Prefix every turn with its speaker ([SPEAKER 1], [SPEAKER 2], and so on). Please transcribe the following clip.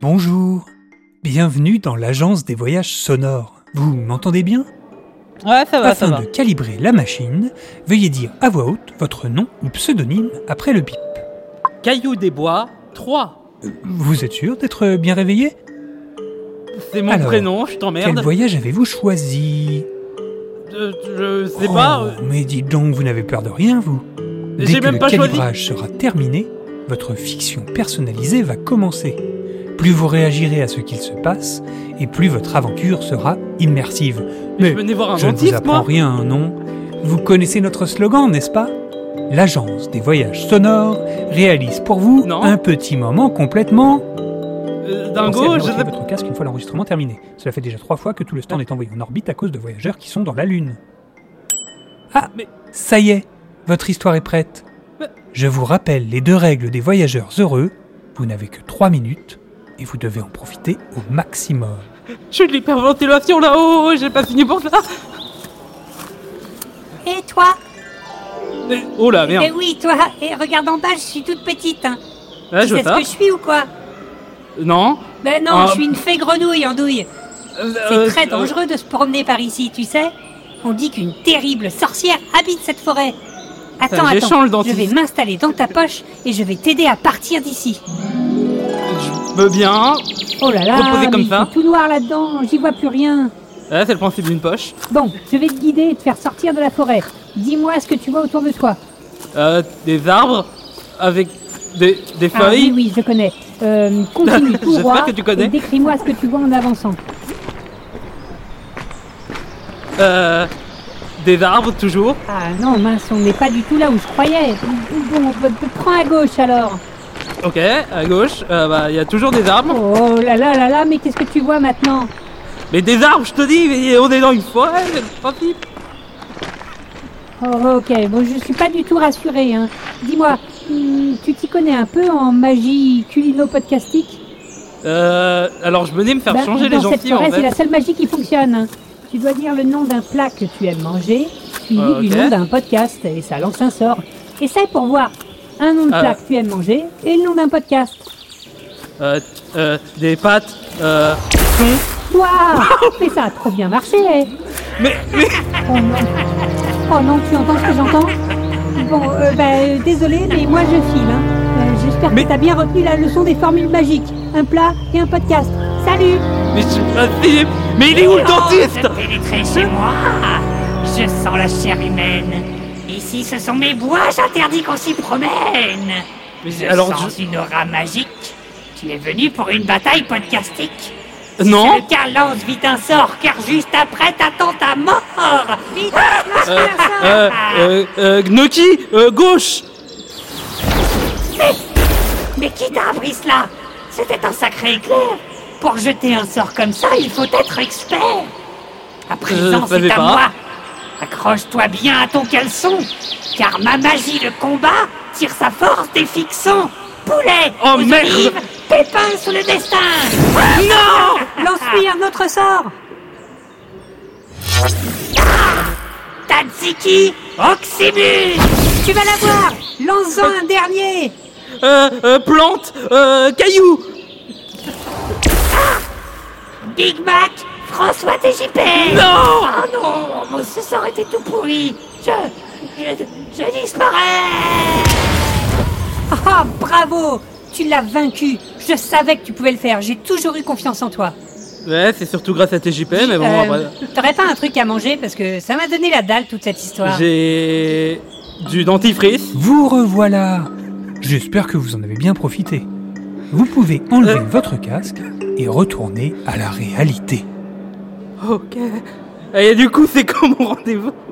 [SPEAKER 1] Bonjour, bienvenue dans l'agence des voyages sonores. Vous m'entendez bien
[SPEAKER 2] Ouais, ça va,
[SPEAKER 1] Afin
[SPEAKER 2] ça va.
[SPEAKER 1] de calibrer la machine, veuillez dire à voix haute votre nom ou pseudonyme après le bip.
[SPEAKER 3] Caillou des Bois 3.
[SPEAKER 1] Vous êtes sûr d'être bien réveillé
[SPEAKER 3] C'est mon
[SPEAKER 1] Alors,
[SPEAKER 3] prénom, je
[SPEAKER 1] Quel
[SPEAKER 3] t'emmerde.
[SPEAKER 1] voyage avez-vous choisi
[SPEAKER 3] Euh, Je, sais pas.
[SPEAKER 1] Oh,
[SPEAKER 3] euh,
[SPEAKER 1] Mais dites donc, vous n'avez peur de rien, vous
[SPEAKER 3] J'ai
[SPEAKER 1] Dès que
[SPEAKER 3] même
[SPEAKER 1] le
[SPEAKER 3] pas choisi.
[SPEAKER 1] calibrage sera terminé, votre fiction personnalisée va commencer. Plus vous réagirez à ce qu'il se passe, et plus votre aventure sera immersive. Mais
[SPEAKER 3] je venais voir un
[SPEAKER 1] je ne vous
[SPEAKER 3] dentiste,
[SPEAKER 1] apprends
[SPEAKER 3] moi.
[SPEAKER 1] rien, non Vous connaissez notre slogan, n'est-ce pas L'agence des voyages sonores réalise pour vous
[SPEAKER 3] Non.
[SPEAKER 1] un petit moment complètement...
[SPEAKER 3] Euh,
[SPEAKER 1] Pensez à
[SPEAKER 3] dingo,
[SPEAKER 1] bien
[SPEAKER 3] je sais
[SPEAKER 1] retirer votre casque une fois l'enregistrement terminé. Cela fait déjà trois fois que tout le stand est envoyé en orbite à cause de voyageurs qui sont dans la Lune. Ah, mais
[SPEAKER 3] Mais-
[SPEAKER 1] ça y est, votre histoire est prête.
[SPEAKER 3] Mais-
[SPEAKER 1] Je vous rappelle les deux règles des voyageurs heureux. Vous n'avez que trois minutes et vous devez en profiter au maximum.
[SPEAKER 3] Je suis de l'hyperventilation là-haut, Oh, j'ai pas fini pour ça.
[SPEAKER 4] Et toi
[SPEAKER 3] Mais- Oh la
[SPEAKER 4] Eh
[SPEAKER 3] merde.
[SPEAKER 4] oui, toi Et regarde en bas, je suis toute petite. Hein.
[SPEAKER 3] Là,
[SPEAKER 4] tu
[SPEAKER 3] Ah, je
[SPEAKER 4] sais ce
[SPEAKER 3] tape.
[SPEAKER 4] que je suis ou quoi
[SPEAKER 3] Non.
[SPEAKER 4] Ben non,
[SPEAKER 3] Ah.
[SPEAKER 4] je suis une fée grenouille en douille.
[SPEAKER 3] Euh,
[SPEAKER 4] C'est
[SPEAKER 3] euh,
[SPEAKER 4] très
[SPEAKER 3] euh,
[SPEAKER 4] dangereux de se promener par ici, tu sais. On dit qu'une terrible sorcière habite cette forêt. Attends,
[SPEAKER 3] j'ai
[SPEAKER 4] attends,
[SPEAKER 3] changé le
[SPEAKER 4] je
[SPEAKER 3] dentiste.
[SPEAKER 4] vais m'installer dans ta poche et je vais t'aider à partir d'ici.
[SPEAKER 3] Je veux bien.
[SPEAKER 4] Oh là là,
[SPEAKER 3] Reposé comme
[SPEAKER 4] mais il
[SPEAKER 3] ça.
[SPEAKER 4] fait tout noir là-dedans, j'y vois plus rien.
[SPEAKER 3] Là, c'est le principe d'une poche.
[SPEAKER 4] Bon, je vais te guider et te faire sortir de la forêt. Dis-moi ce que tu vois autour de toi.
[SPEAKER 3] Euh, des arbres avec des, des
[SPEAKER 4] Ah oui,
[SPEAKER 3] feuilles.
[SPEAKER 4] oui, je connais. Euh, continue tout
[SPEAKER 3] J'espère
[SPEAKER 4] droit
[SPEAKER 3] que tu connais.
[SPEAKER 4] et décris-moi ce que tu vois en avançant.
[SPEAKER 3] Euh, des arbres toujours.
[SPEAKER 4] Ah non, mince, on n'est pas du tout là où je croyais. Bon, b- b- prends à gauche alors.
[SPEAKER 3] Ok, à gauche, euh, bah, il y a toujours des arbres.
[SPEAKER 4] Oh là là là là, mais qu'est-ce que tu vois maintenant
[SPEAKER 3] Mais des arbres, je te dis, mais on est dans une forêt, c'est le principe.
[SPEAKER 4] Oh ok, bon, je suis pas du tout rassurée. Hein. Dis-moi, hmm, tu t'y connais un peu en magie culino-podcastique
[SPEAKER 3] Euh, alors je venais me faire
[SPEAKER 4] Ben,
[SPEAKER 3] changer les
[SPEAKER 4] Dans cette
[SPEAKER 3] gentils
[SPEAKER 4] forêt,
[SPEAKER 3] en
[SPEAKER 4] c'est
[SPEAKER 3] fait.
[SPEAKER 4] la seule magie qui fonctionne. hein. Tu dois dire le nom d'un plat que tu aimes manger, suivi
[SPEAKER 3] Ah, ok.
[SPEAKER 4] du nom d'un podcast, et ça lance un sort. Essaye pour voir. Un nom de
[SPEAKER 3] Ah.
[SPEAKER 4] plat que tu aimes manger et le nom d'un podcast.
[SPEAKER 3] Euh, euh, des pâtes, euh, thon.
[SPEAKER 4] Waouh Mais ça a trop bien marché
[SPEAKER 3] Mais, mais,
[SPEAKER 4] Oh non. Oh non, tu entends ce que j'entends Bon, euh, bah, euh, désolé, mais moi je file. hein. Euh, J'espère
[SPEAKER 3] Mais-
[SPEAKER 4] que t'as bien retenu la leçon des formules magiques. Un plat et un podcast. Salut
[SPEAKER 3] mais, je suis pas- mais, mais il est où le dentiste
[SPEAKER 5] pénétrer chez moi Je sens la chair humaine. Ici, ce sont mes bois, j'interdis qu'on s'y promène.
[SPEAKER 3] Mais
[SPEAKER 5] Je
[SPEAKER 3] alors,
[SPEAKER 5] sens une aura magique. Tu es venu pour une bataille podcastique
[SPEAKER 3] je-
[SPEAKER 5] Si
[SPEAKER 3] non,
[SPEAKER 5] c'est le cas, lance vite un sort, car juste après, t'attends ta mort
[SPEAKER 4] Vite
[SPEAKER 3] euh, euh, euh, euh, gnocchi, euh, gauche.
[SPEAKER 5] Mais qui t'a appris cela C'était un sacré éclair Pour jeter un sort comme ça, il faut être expert À présent,
[SPEAKER 3] savais
[SPEAKER 5] c'est à
[SPEAKER 3] pas.
[SPEAKER 5] moi Accroche-toi bien à ton caleçon, car ma magie de combat tire sa force des fictions Poulet,
[SPEAKER 3] Oh,
[SPEAKER 5] aux
[SPEAKER 3] merde.
[SPEAKER 5] olives, pépins sous le destin
[SPEAKER 3] Non
[SPEAKER 4] Lance-lui un autre sort
[SPEAKER 5] Tadziki Oxybus
[SPEAKER 4] Tu vas l'avoir Lance-en un dernier
[SPEAKER 3] euh, euh, plante, euh, caillou.
[SPEAKER 5] Big Mac François TJP
[SPEAKER 3] Non
[SPEAKER 5] Oh non Mon ce sort était tout pourri Je... je... je disparais
[SPEAKER 4] Ah, bravo Tu l'as vaincu Je savais que tu pouvais le faire, j'ai toujours eu confiance en toi.
[SPEAKER 3] Ouais, c'est surtout grâce à TJP, mais bon,
[SPEAKER 4] Euh,
[SPEAKER 3] après,
[SPEAKER 4] T'aurais pas un truc à manger parce que ça m'a donné la dalle toute cette histoire.
[SPEAKER 3] j'ai du dentifrice.
[SPEAKER 1] Vous revoilà J'espère que vous en avez bien profité. Vous pouvez enlever
[SPEAKER 3] Euh.
[SPEAKER 1] votre casque et retourner à la réalité.
[SPEAKER 3] Ok. Et du coup, c'est comme mon rendez-vous.